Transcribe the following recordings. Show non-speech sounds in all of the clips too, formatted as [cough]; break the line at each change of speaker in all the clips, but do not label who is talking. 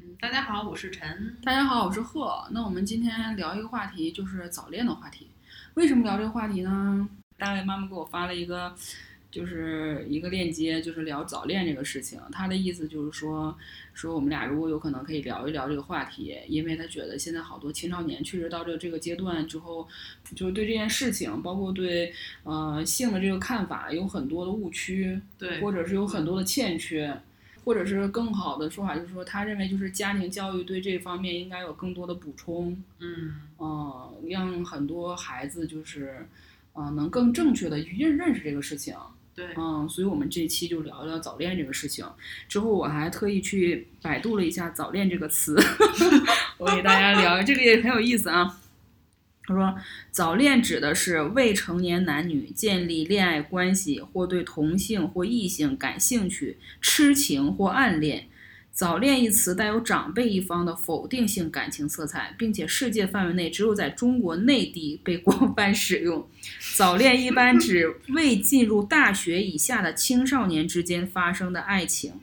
嗯，大家好，我是陈。
大家好，我是贺。那我们今天聊一个话题，就是早恋的话题。为什么聊这个话题呢？大卫妈妈给我发了一个，就是一个链接，就是聊早恋这个事情。她的意思就是说，说我们俩如果有可能可以聊一聊这个话题，因为她觉得现在好多青少年确实到这这个阶段之后，就是对这件事情，包括对呃性的这个看法，有很多的误区。
对，
或者是有很多的欠缺，或者是更好的说法就是说，他认为就是家庭教育对这方面应该有更多的补充，
嗯，
嗯，让很多孩子就是，呃，能更正确的去认认识这个事情，
对，
嗯，所以我们这期就聊聊早恋这个事情。之后我还特意去百度了一下“早恋”这个词， [laughs] 我给大家聊，这个也很有意思啊。他说，早恋指的是未成年男女建立恋爱关系或对同性或异性感兴趣、痴情或暗恋。早恋一词带有长辈一方的否定性感情色彩，并且世界范围内只有在中国内地被广泛使用。早恋一般指未进入大学以下的青少年之间发生的爱情。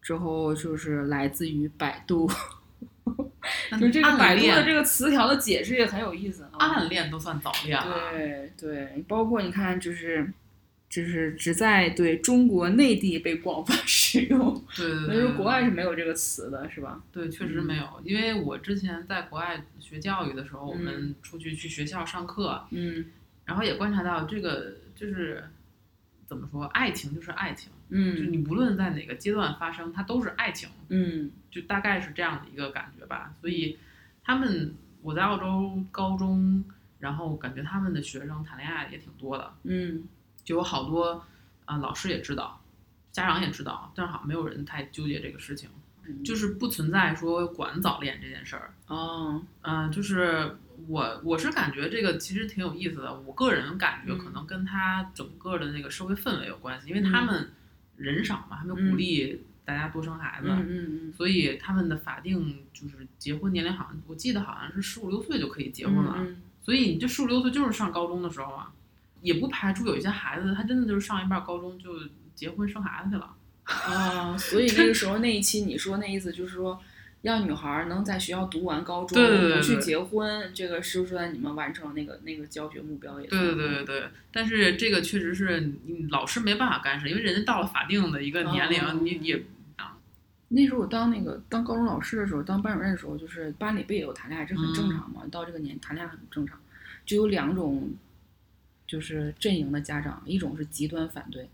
之后就是来自于百度， [laughs] 就是这个百
暗
度的
恋，
这个词条的解释也很有意思啊。
暗恋都算早恋了。
对对，包括你看，就是就是只在对中国内地被广泛 [laughs] 使用，
对对
那
对，
就
对
是国外是嗯没有这个词的，是吧？
对，确实没有，因为我之前在国外学教育的时候，我
嗯
们出去去学校上课，
嗯
然后也观察到这个就是怎么说，爱情就是爱情，就是
嗯
你无论在哪个阶段发生，它都是爱情。
嗯
就大概是这样的一个感觉吧。所以他们我在澳洲高中，然后感觉他们的学生谈恋爱也挺多的，
嗯
就有好多啊、呃老师也知道，家长也知道，但是好像没有人太纠结这个事情，
嗯，
就是不存在说管早恋这件事儿。
哦，
嗯、就是我我是感觉这个其实挺有意思的，我个人感觉
嗯
可能跟他整个的那个社会氛围有关系，因为他
嗯
们人少嘛，他们
嗯
鼓励大家多生孩子，
嗯嗯
所以他们的法定就是结婚年龄好像我记得好像是十五六岁就可以结
嗯，
婚了，
嗯
所以你这十五六岁就是上高中的时候啊，也不排除有一些孩子他真的就是上一半高中就结婚生孩子去了，
哦，所以那个时候那一期你说那意思就是说。让女孩儿能在学校读完高中，
对对对
不去
对
结婚，这个是不是算你们完成那个那个教学目标也？
对对对对，对，但是这个确实是你老师没办法干涉，因为人家到了法定的一个年龄，
哦
你也
那时候我当那个当高中老师的时候，当班主任的时候，就是班里不也有谈恋爱，这很正常嘛。
嗯
到这个年谈恋爱很正常，就有两种，就是阵营的家长，一种是极端反对，给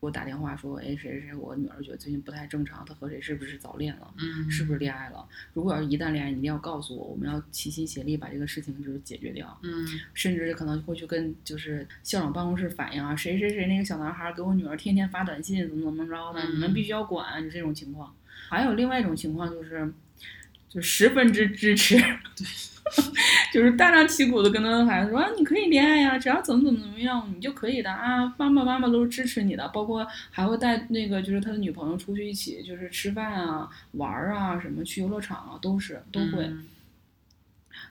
我打电话说，哎，谁谁谁，我女儿觉得最近不太正常，她和谁是不是早恋了，
嗯
是不是恋爱了？如果要是一旦恋爱，你一定要告诉我，我们要齐心协力把这个事情就是解决掉。
嗯
甚至可能会去跟就是校长办公室反映啊，谁谁谁那个小男孩给我女儿天天发短信，怎么怎么着的，
嗯
你们必须要管就这种情况。还有另外一种情况就是，就十分之支持， [laughs] 就是大张旗鼓的跟他的孩子说啊，你可以恋爱呀、只要怎么怎么怎么样，你就可以的啊，爸爸妈妈都是支持你的，包括还会带那个就是他的女朋友出去一起就是吃饭啊、玩儿啊什么去游乐场啊，都是都会。
嗯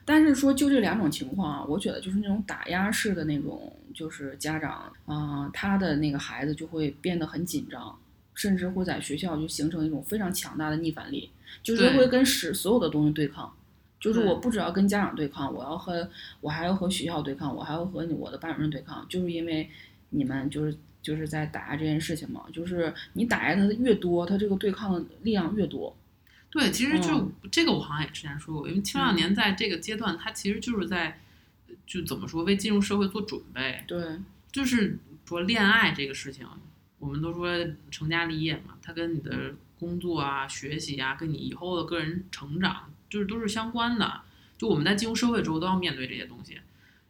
但是说就这两种情况啊，我觉得就是那种打压式的那种，就是家长啊、呃他的那个孩子就会变得很紧张，甚至会在学校就形成一种非常强大的逆反力，就是
对
会跟使所有的东西对抗。就是
对
我不只要跟家长对抗，我要和我还要和学校对抗，我还要和你我的班主任对抗，就是因为你们就是就是在打压这件事情嘛，就是你打压他的越多，他这个对抗的力量越多。
对，其实就、
嗯
这个我好像也之前说过，因为青少年在这个阶段，他其实就是在就怎么说为进入社会做准备，
对，
就是说恋爱这个事情，我们都说成家立业嘛，它跟你的工作啊、学习啊，跟你以后的个人成长，就是都是相关的。就我们在进入社会之后都要面对这些东西。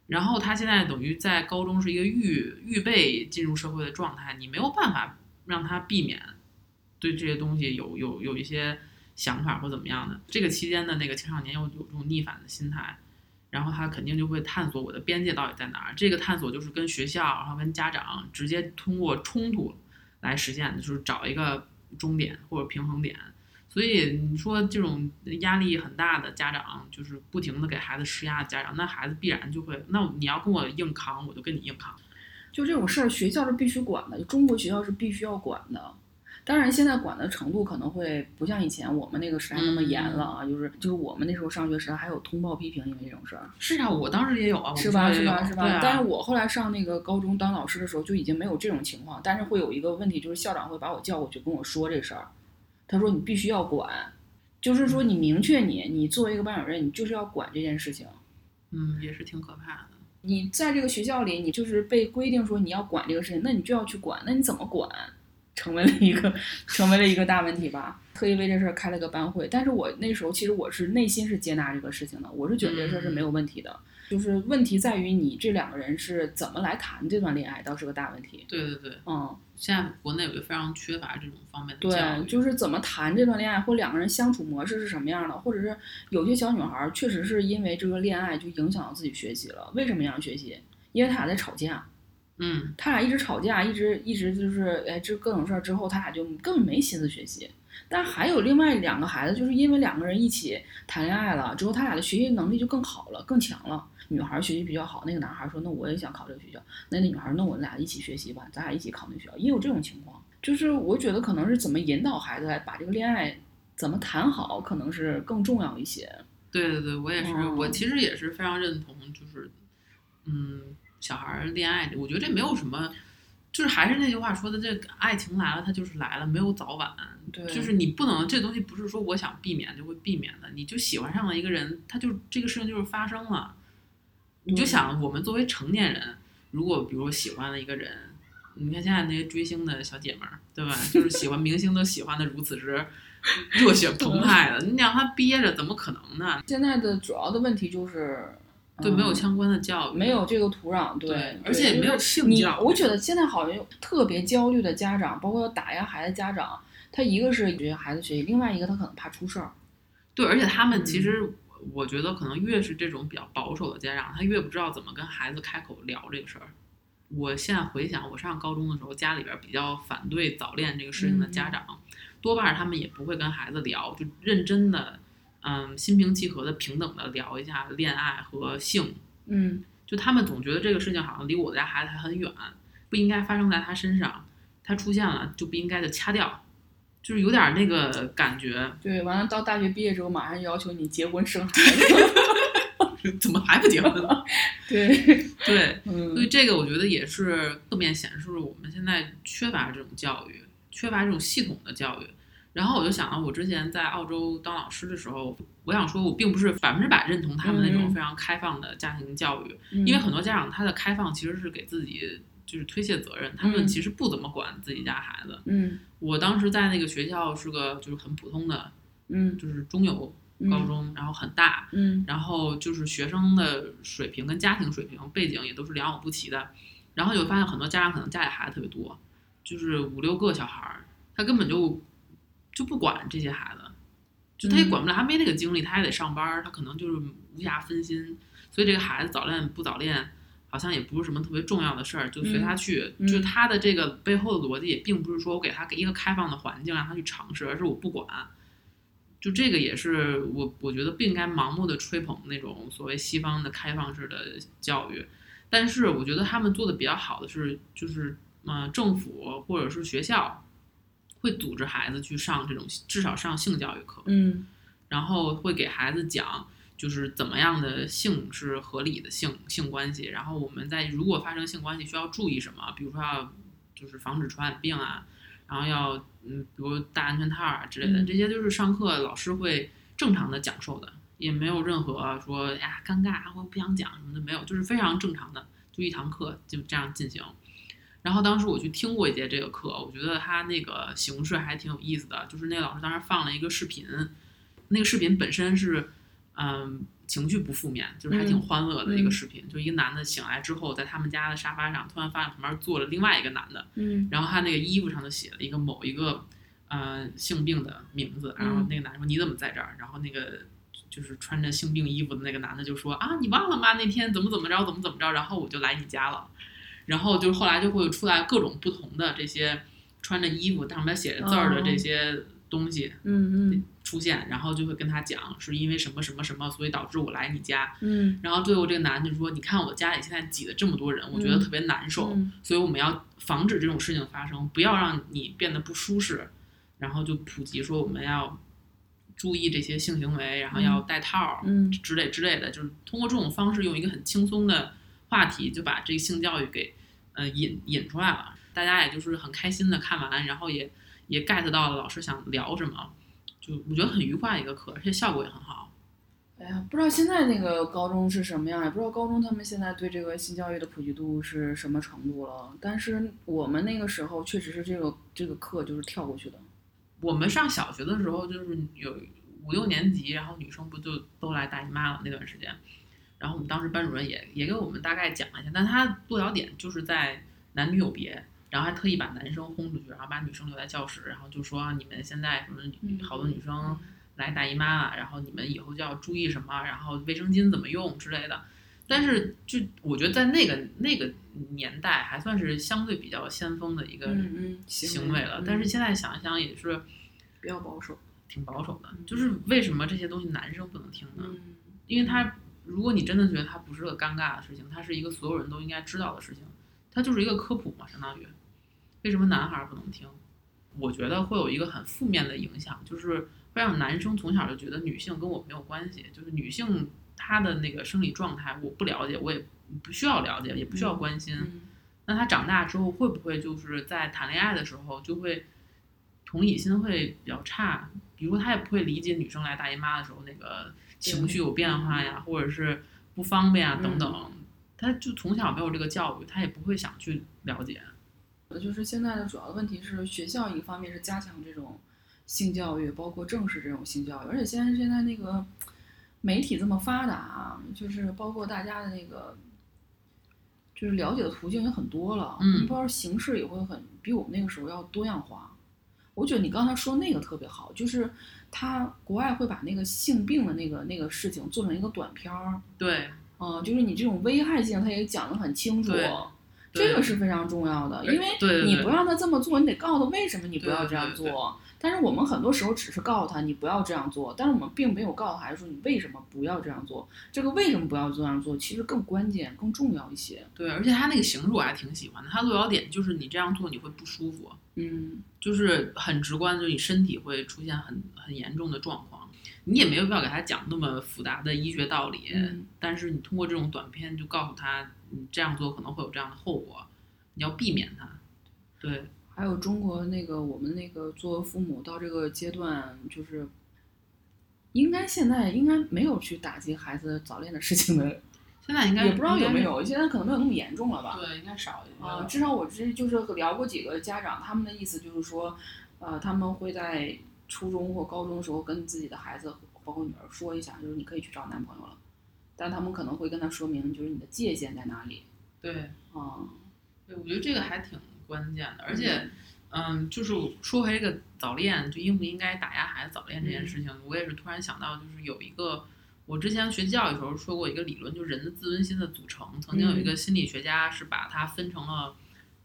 然后他现在等于在高中是一个预预备进入社会的状态，你没有办法让他避免对这些东西有有有一些想法或怎么样的。这个期间的那个青少年有有这种逆反的心态，然后他肯定就会探索我的边界到底在哪儿。这个探索就是跟学校，然后跟家长直接通过冲突来实现的，就是找一个终点或者平衡点。所以你说这种压力很大的家长，就是不停的给孩子施压的家长，那孩子必然就会，那你要跟我硬扛，我就跟你硬扛。
就这种事儿，学校是必须管的，就中国学校是必须要管的。当然，现在管的程度可能会不像以前我们那个时代那么严了啊，就是就是我们那时候上学时代还有通报批评，因为这种事儿，
是啊，我当时也有啊，我们
是吧？
学校
是
也有
吧？是吧？
对啊、
但是我后来上那个高中当老师的时候，就已经没有这种情况，但是会有一个问题，就是校长会把我叫过去跟我说这事儿，他说你必须要管，就是说你明确你，你作为一个班主任，你就是要管这件事情。
嗯，也是挺可怕的。
你在这个学校里，你就是被规定说你要管这个事情，那你就要去管，那你怎么管，成为了一个成为了一个大问题吧。特意为这事儿开了个班会，但是我那时候其实我是内心是接纳这个事情的，我是觉得这事儿是没有问题的，
嗯
就是问题在于你这两个人是怎么来谈这段恋爱，倒是个大问题。
对对对，
嗯，
现在国内有一个非常缺乏这种方面的教育，
对，就是怎么谈这段恋爱，或两个人相处模式是什么样的，或者是有些小女孩儿确实是因为这个恋爱就影响到自己学习了。为什么影响学习？因为他俩在吵架。
嗯，
他俩一直吵架，一直一直就是哎，这各种事儿之后，他俩就根本没心思学习。但还有另外两个孩子，就是因为两个人一起谈恋爱了之后，他俩的学习能力就更好了，更强了。女孩儿学习比较好，那个男孩儿说：“那我也想考这个学校。”那那女孩儿：“那我们俩一起学习吧，咱俩一起考那个学校。”也有这种情况，就是我觉得可能是怎么引导孩子来把这个恋爱怎么谈好，可能是更重要一些。
对对对，我也是，
嗯
我其实也是非常认同，就是嗯，小孩儿恋爱，我觉得这没有什么，就是还是那句话说的，这爱情来了，它就是来了，没有早晚。
对
就是你不能，这东西不是说我想避免就会避免的，你就喜欢上了一个人，他就这个事情就是发生了。你就
对
想，我们作为成年人，如果比如喜欢了一个人，你看现在那些追星的小姐们儿，对吧？就是喜欢明星都喜欢的如此之 [laughs] 热血澎湃的，你让他憋着，怎么可能呢？
现在的主要的问题就是
对，没有
嗯
相关的教育，
没有这个土壤，对，
对
对
而且也没有
就是
性
你
教育
我觉得现在好像有特别焦虑的家长，包括要打压孩子家长，他一个是觉得孩子学习，另外一个他可能怕出事儿。
对，而且他们
嗯
其实我我觉得可能越是这种比较保守的家长，他越不知道怎么跟孩子开口聊这个事儿。我现在回想，我上高中的时候，家里边儿比较反对早恋这个事情的家
嗯
长，多半儿他们也不会跟孩子聊，就认真的，嗯，心平气和的、平等的聊一下恋爱和性。
嗯，
就他们总觉得这个事情好像离我家孩子还很远，不应该发生在他身上，他出现了就不应该就掐掉，就是有点儿那个感觉。 [laughs]
对，完了到大学毕业之后，马上要求你结婚生孩
[laughs]
子。
怎么还不结婚？
对，
[laughs] 对，所以
嗯，
这个我觉得也是侧面显示了我们现在缺乏这种教育，缺乏这种系统的教育。然后我就想啊到，我之前在澳洲当老师的时候，我想说，我并不是百分之百认同他们那
嗯
种
嗯
非常开放的家庭教育，因为很多家长他的开放其实是给自己就是推卸责任，他
嗯
们其实不怎么管自己家孩子。
嗯
我当时在那个学校是个就是很普通的，
嗯
就是中游
嗯
高中，然后很大，
嗯
然后就是学生的水平跟家庭水平背景也都是良莠不齐的，然后就发现很多家长可能家里孩子特别多，就是五六个小孩儿，他根本就就不管这些孩子，就他也
嗯
管不了，他没那个精力，他也得上班儿，他可能就是无暇分心，所以这个孩子早恋不早恋。好像也不是什么特别重要的事儿，就随他去。
嗯
就他的这个背后的逻辑，也并不是说我给他一个开放的环境让他去尝试，而是我不管。就这个也是我我觉得不应该盲目的吹捧那种所谓西方的开放式的教育，但是我觉得他们做的比较好的是，就是嗯、呃政府或者是学校会组织孩子去上这种至少上性教育课，
嗯
然后会给孩子讲就是怎么样的性是合理的性性关系，然后我们在如果发生性关系需要注意什么，比如说要就是防止传染病啊，然后要嗯，比如戴安全套啊之类的，
嗯
这些就是上课老师会正常的讲授的，也没有任何说哎呀尴尬我不想讲什么的没有，就是非常正常的，就一堂课就这样进行。然后当时我去听过一节这个课，我觉得他那个形式还挺有意思的，就是那个老师当时放了一个视频，那个视频本身是，嗯，情绪不负面，就是还挺
嗯
欢乐的一
嗯
个视频。就一个男的醒来之后，在他们家的沙发上，突然发现旁边坐了另外一个男的，
嗯
然后他那个衣服上就写了一个某一个呃性病的名字，然后
嗯
那个男的说你怎么在这儿？然后那个就是穿着性病衣服的那个男的就说啊你忘了吗？那天怎么怎么着怎么怎么着，然后我就来你家了，然后就后来就会出来各种不同的这些穿着衣服上面写着字儿的这
哦
些东西
嗯
出现，然后就会跟他讲是因为什么什么什么，所以导致我来你家。
嗯
然后最后这个男的就说你看我家里现在挤了这么多人，我觉得
嗯
特别难受。
嗯
所以我们要防止这种事情发生，不要让你变得不舒适。然后就普及说我们要注意这些性行为，然后要戴套儿
嗯
之类之类的，就是通过这种方式，用一个很轻松的话题就把这个性教育给呃引引出来了。大家也就是很开心的看完，然后也也 get 到了老师想聊什么，就我觉得很愉快的一个课，而且效果也很好。
哎呀，不知道现在那个高中是什么样，也不知道高中他们现在对这个性教育的普及度是什么程度了。但是我们那个时候确实是这个这个课就是跳过去的。
我们上小学的时候，就是有五六年级，然后女生不就都来大姨妈了那段时间，然后我们当时班主任也也给我们大概讲了一下，但他落脚点就是在男女有别，然后还特意把男生轰出去，然后把女生留在教室，然后就说啊你们现在什么
嗯
女好多女生来大姨妈了，然后你们以后就要注意什么，然后卫生巾怎么用之类的。但是，就我觉得在那个那个年代，还算是相对比较先锋的一个
嗯嗯，
行为嗯了。但是现在想一想，也是
比较保守。
挺保守的。就是为什么这些东西男生不能听呢？
嗯，
因为他如果你真的觉得它不是个尴尬的事情，它是一个所有人都应该知道的事情，它就是一个科普嘛，相当于。为什么男孩儿不能听？我觉得会有一个很负面的影响，就是会让男生从小就觉得女性跟我没有关系，就是女性她的那个生理状态我不了解，我也不需要了解，也不需要关心。
嗯
那他长大之后会不会就是在谈恋爱的时候就会同理心会比较差？比如说他也不会理解女生来大姨妈的时候那个情绪有变化
嗯
呀，或者是不方便啊等等，他就从小没有这个教育，他也不会想去了解。
呃就是现在的主要的问题是，学校一方面是加强这种性教育，包括正视这种性教育，而且现在现在那个媒体这么发达啊，就是包括大家的那个就是了解的途径也很多了，
嗯
包括形式也会很比我们那个时候要多样化。我觉得你刚才说那个特别好，就是他国外会把那个性病的那个那个事情做成一个短片儿，
对，
嗯、就是你这种危害性，他也讲得很清楚。
对对
这个是非常重要的，
而
因为
对对
你
对
不让他这么做，你得告诉他为什么你不要这样
对对
做。但是我们很多时候只是告诉他你不要这样做，但是我们并没有告诉孩子说你为什么不要这样做。这个为什么不要这样做，其实更关键、更重要一些。
对，而且他那个形式我还挺喜欢的，他落脚点就是你这样做你会不舒服，
嗯，
就是很直观，就是你身体会出现很很严重的状况，你也没有必要给他讲那么复杂的医学道理，
嗯
但是你通过这种短片就告诉他，你这样做可能会有这样的后果，你要避免它。对，
还有中国那个我们那个做父母到这个阶段，就是应该现在应该没有去打击孩子早恋的事情的，
现在应该
也不知道有没
应
有，现在可能没有那么严重了吧
该。对，应该少一
啊，至少我之就是聊过几个家长，他们的意思就是说，呃，他们会在初中或高中的时候跟自己的孩子，包括女儿说一下，就是你可以去找男朋友了，但他们可能会跟他说明，就是你的界限在哪里。
对，
啊、
对，我觉得这个还挺关键的，而且，嗯，就是说回这个早恋，就应不应该打压孩子早恋这件事情，我也是突然想到，就是有一个我之前学教育的时候说过一个理论，就是人的自尊心的组成，曾经有一个心理学家是把它分成了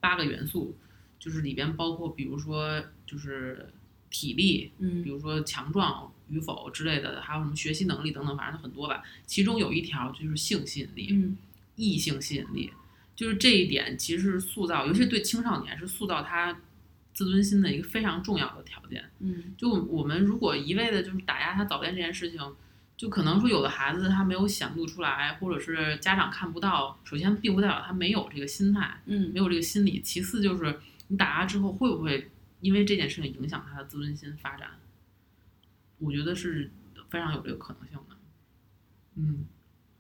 八个元素，就是里边包括比如说就是体力，比
嗯
如说强壮与否之类的，还有什么学习能力等等，反正很多吧。其中有一条就是性吸引力，
嗯
异性吸引力，就是这一点其实是塑造，尤其对青少年是塑造他自尊心的一个非常重要的条件。
嗯
就我们如果一味的就是打压他早恋这件事情，就可能说有的孩子他没有显露出来，或者是家长看不到。首先，并不代表他没有这个心态，
嗯
没有这个心理。其次就是你打压之后会不会因为这件事情影响他的自尊心发展？我觉得是非常有这个可能性的。嗯，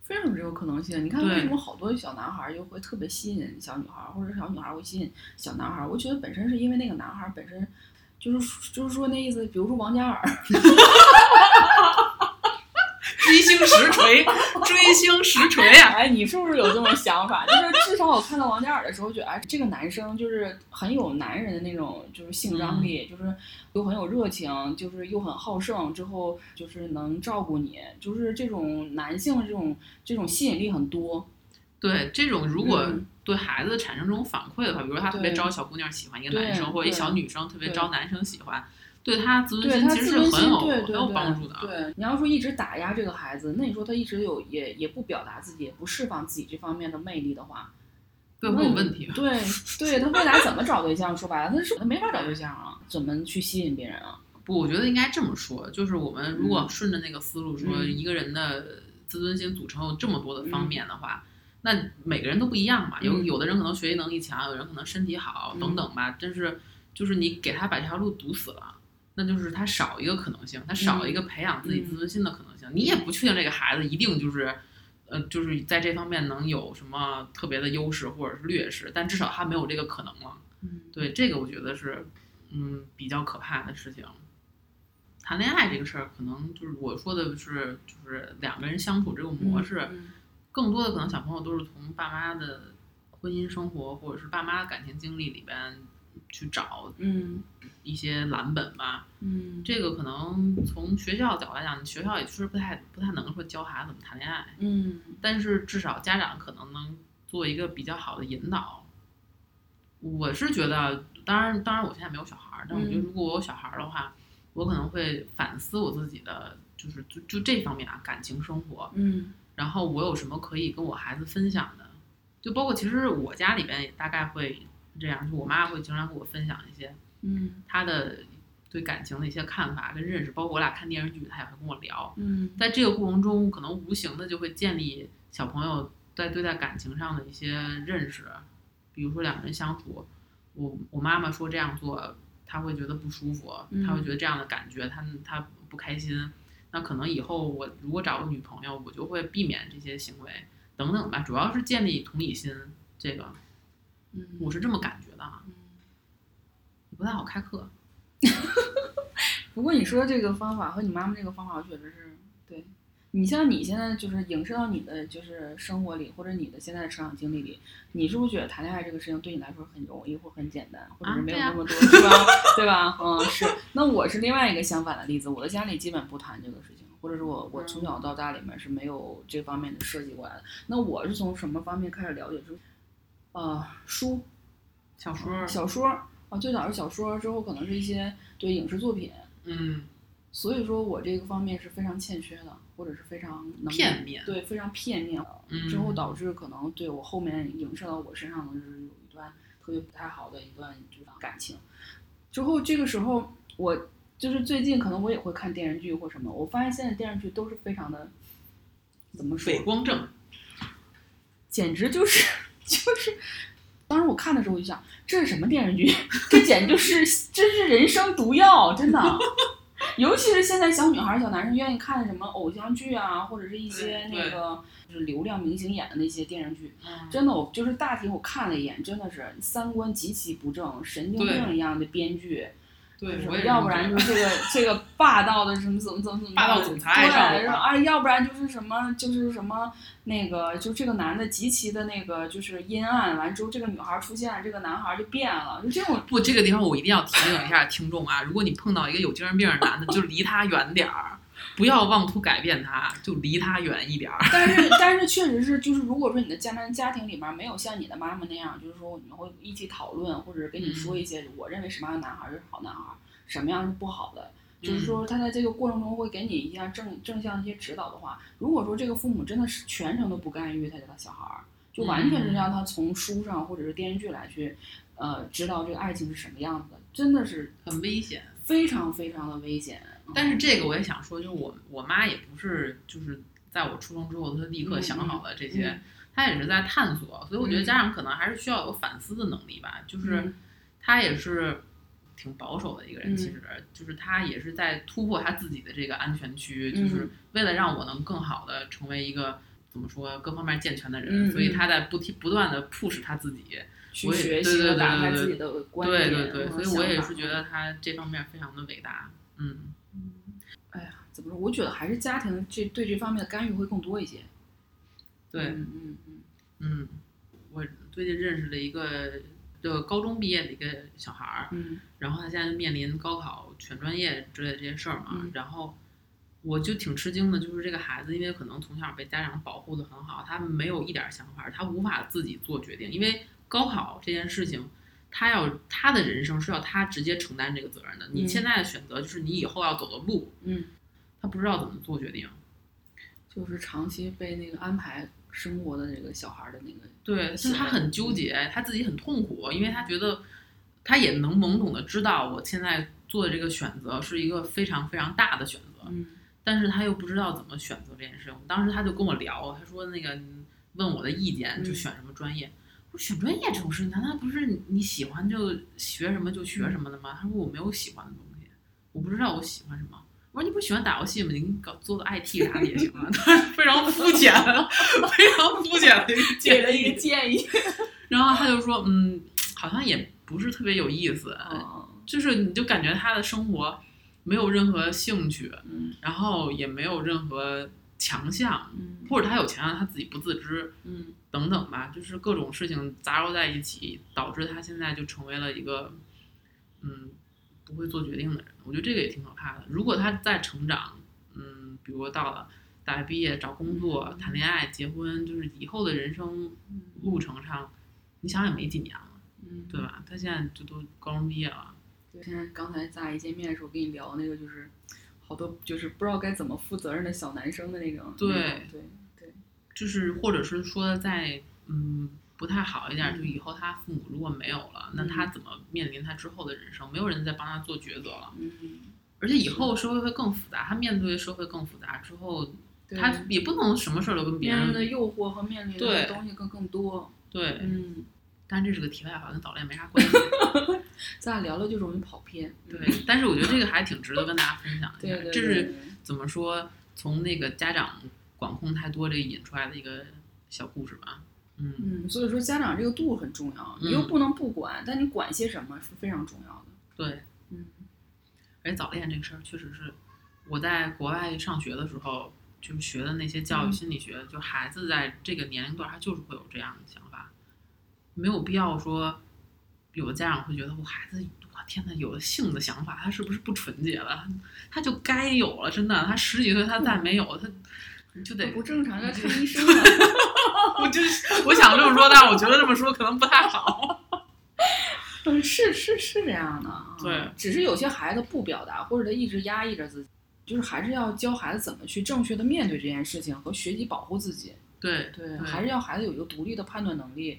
非常有这个可能性。你看，
对
为什么好多小男孩儿又会特别吸引小女孩儿，或者小女孩儿会吸引小男孩儿？我觉得本身是因为那个男孩儿本身就是就是说那意思，比如说王嘉尔，
追星实锤，追星实 [laughs] 锤啊呀、
哎，你是不是有这种想法？就是至少我看到王嘉尔的时候，觉得哎，这个男生就是很有男人的那种，就是性张
嗯
力，就是又很有热情，就是又很好胜，之后就是能照顾你，就是这种男性的这种这种吸引力很多。
对，这种如果
嗯
对孩子产生这种反馈的话，比如说他特别
对
招小姑娘喜欢一个
对
男生，或者一
对
小女生特别
对
招男生喜欢，对他自
对
尊心
他
其实
自
是
尊
很
心，
有
对对
很
对，
有帮助的。啊
对，你要说一直打压这个孩子，那你说他一直有也也不表达自己，也不释放自己这方面的魅力的话，
对会有问题。
对对，他未来怎么找对象？说白了，他是他没法找对象啊，怎么去吸引别人啊？
不，我觉得应该这么说，就是我们如果顺着那个思路说，
嗯
一个人的自尊心组成有这么多的方面的话，那每个人都不一样嘛。有
嗯
有的人可能学习能力强，有人可能身体好，
嗯
等等吧。但是就是你给他把这条路堵死了，那就是他少一个可能性，他少一个培养自己
嗯
自尊心的可能性。你也不确定这个孩子一定就是。呃，就是在这方面能有什么特别的优势或者是劣势，但至少他没有这个可能了。
嗯，
对，这个我觉得是，嗯，比较可怕的事情。谈恋爱这个事儿，可能就是我说的是，就是两个人相处这种模式，
嗯
更多的可能小朋友都是从爸妈的婚姻生活或者是爸妈的感情经历里边去找
嗯
一些蓝本吧。
嗯
这个可能从学校角度来讲，学校也确实不太不太能说教孩子怎么谈恋爱，
嗯
但是至少家长可能能做一个比较好的引导。我是觉得，当然，当然，我现在没有小孩儿，但我觉得
嗯
如果我有小孩儿的话，我可能会反思我自己的，就是就就这方面啊，感情生活，
嗯
然后我有什么可以跟我孩子分享的，就包括其实我家里边也大概会这样，就我妈会经常跟我分享一些
嗯
她的对感情的一些看法跟认识，包括我俩看电视剧，她也会跟我聊，
嗯
在这个过程中，可能无形的就会建立小朋友在对待感情上的一些认识，比如说两个人相处，我我妈妈说这样做，他会觉得不舒服，
嗯
他会觉得这样的感觉，他他不开心。那可能以后我如果找个女朋友，我就会避免这些行为等等吧，主要是建立同理心，这个
嗯，
我是这么感觉的啊，
嗯
不太好开课。
不过你说这个方法和你妈妈这个方法，我确实是对。你像你现在就是影射到你的就是生活里，或者你的现在的成长经历里，你是不是觉得谈恋爱这个事情对你来说很容易或很简单，或者是没有那么多，是吧？ [laughs] 对吧？嗯，是。那我是另外一个相反的例子，我的家里基本不谈这个事情，或者是我我从小到大里面是没有这方面的设计过来的。那我是从什么方面开始了解？就是，呃，书，
小说，
小说儿啊，最早是小说儿，之后可能是一些对影视作品，
嗯，
所以说我这个方面是非常欠缺的，或者是非常能
片面，
对非常片面的，
嗯
之后导致可能对我后面影射到我身上的就是有一段特别不太好的一段就是感情。之后这个时候我就是最近可能我也会看电视剧或什么，我发现现在电视剧都是非常的怎么说
伪光正，
简直就是 [laughs] 就是。当时我看的时候，我就想，这是什么电视剧？这简直就是这是人生毒药，真的。 [laughs] 尤其是现在小女孩、小男生愿意看的什么偶像剧啊，或者是一些
对对
那个就是流量明星演的那些电视剧，
嗯
真的，我就是大体我看了一眼，真的是三观极其不正，神经病一样的编剧，
对，
是
我也是
要不然
这
就
么 [laughs]
是这个这个霸道的什么怎么怎么怎么
霸道总裁
对，
上了
然后啊，要不然就是什么就是什么那个，就这个男的极其的那个就是阴暗，完之后这个女孩出现了，这个男孩就变了，就这种
不，这个地方我一定要提醒一下听众啊，如果你碰到一个有精神病的男的，就离他远点儿，不要妄图改变他，就离他远一点儿。
[laughs] 但是但是确实是，就是如果说你的家庭家庭里面没有像你的妈妈那样，就是说你们会一起讨论，或者是跟你
嗯
说一些我认为什么样的男孩儿是好男孩儿，什么样是不好的，
嗯
就是说他在这个过程中会给你一些正正向的一些指导的话，如果说这个父母真的是全程都不干预他家的小孩儿，就完全
嗯
是让他从书上或者是电视剧来去，呃，知道这个爱情是什么样子的，真的是
很危险。
非常非常的危险。嗯
但是这个我也想说，就是我我妈也不是就是在我出生之后，她立刻想好了这些，
嗯
她也是在探索，所以我觉得
嗯
家长可能还是需要有反思的能力吧，就是。
嗯
他也是挺保守的一个人，
嗯
其实就是他也是在突破他自己的这个安全区，
嗯
就是为了让我能更好的成为一个怎么说各方面健全的人，
嗯
所以他在不停不断的 push 他自己，
去
我也
学
对
习
对
和
对
打开
对
自
对
己的观
对
点，
对对，
然
所
后
以我也
想
是
法嗯
觉得他这方面非常的伟大，嗯，
哎呀，怎么说？我觉得还是家庭这对这方面的干预会更多一些。
对，
嗯嗯嗯，
嗯，我最近认识了一个就高中毕业的一个小孩儿，
嗯
然后他现在就面临高考选专业之类的这些事儿嘛，
嗯
然后我就挺吃惊的，就是这个孩子，因为可能从小被家长保护的很好，他没有一点儿想法儿，他无法自己做决定，因为高考这件事情，他要他的人生是要他直接承担这个责任的。你
嗯
现在的选择就是你以后要走的路，
嗯
他不知道怎么做决定，
就是长期被那个安排生活的那个小孩儿的那个，
对，就是
嗯
是他很纠结，他自己很痛苦，因为他觉得他也能懵懂的知道我现在做的这个选择是一个非常非常大的选择， [laughs]
嗯
但是他又不知道怎么选择这件事情。当时他就跟我聊，他说那个你问我的意见，
嗯
就选什么专业。我说选专业这种事情，难道不是你喜欢就学什么就学什么的吗？他说我没有喜欢的东西，我不知道我喜欢什么。我说你不是喜欢打游戏吗？你搞做个 IT 啥的也行啊。 [laughs] 他非常肤浅，非常肤浅
[laughs]
的一个建议。
建议，
然后他就说，嗯，好像也不是特别有意思，
嗯
就是你就感觉他的生活没有任何兴趣，
嗯
然后也没有任何强项，
嗯
或者他有强项他自己不自知
嗯
等等吧，就是各种事情杂糅在一起，导致他现在就成为了一个嗯不会做决定的人。我觉得这个也挺可怕的。如果他再成长，嗯，比如到了大学毕业找工作、
嗯
谈恋爱、结婚，就是以后的人生路程上，你想也没几年了。
嗯，
对吧？他现在就都高中毕业了，
对，现在刚才咱俩一见面的时候跟你聊那个，就是好多就是不知道该怎么负责任的小男生的那种。
对
那种对，
就是或者是说在嗯不太好一点，
嗯
就以后他父母如果没有了，那
嗯
他怎么面临他之后的人生？没有人再帮他做抉择了，
嗯，
而且以后社会会更复杂，他面对社会更复杂之后，他
对
也不能什么事儿都跟别
面临的
人
诱惑和面临
对
的东西更更多。
对。
嗯，
但这是个题外话，跟早恋没啥关系。
咱俩聊了就容易跑偏。嗯
对，但是我觉得这个还挺值得跟大家分享一
对
下，
对对，
这是
对
怎么说从那个家长管控太多这个引出来的一个小故事吧。嗯，
嗯，所以说家长这个度很重要，你
嗯
又不能不管，但你管些什么是非常重要的。
对。
嗯
而且早恋这个事儿，确实是我在国外上学的时候，就是学的那些教育
嗯
心理学，就孩子在这个年龄段，他就是会有这样的想法，没有必要说，有的家长会觉得我孩子，我天呐，有了性的想法，他是不是不纯洁了？他就该有了，真的，他十几岁他
嗯
再没有，他你就得
不正
[laughs]
常要看医生了。
我就是我想这么说，但是我觉得这么说可能不太好。 [laughs]
嗯，是是是这样的啊。
对，
只是有些孩子不表达，或者他一直压抑着自己，就是还是要教孩子怎么去正确的面对这件事情和学习保护自己。
对
对，还是要孩子有一个独立的判断能力。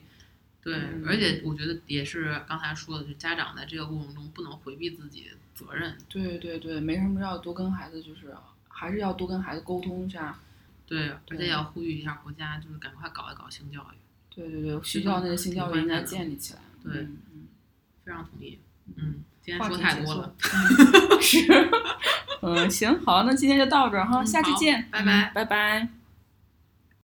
对，
嗯
而且我觉得也是刚才说的，就是家长在这个过程中不能回避自己的责任。
对对对，没什么要多跟孩子，就是还是要多跟孩子沟通一下。
对，而
对
且要呼吁一下国家，就是赶快搞一搞性教育。
对对对，学校那个性教育应该建立起来。
对
嗯嗯
非常同意。嗯，今天
话
说
题
太
结
多
束嗯
了，。 [laughs]
[laughs] 是，嗯，行，好，那今天就到这儿哈，
嗯
下期
好
见，
拜拜
嗯拜拜。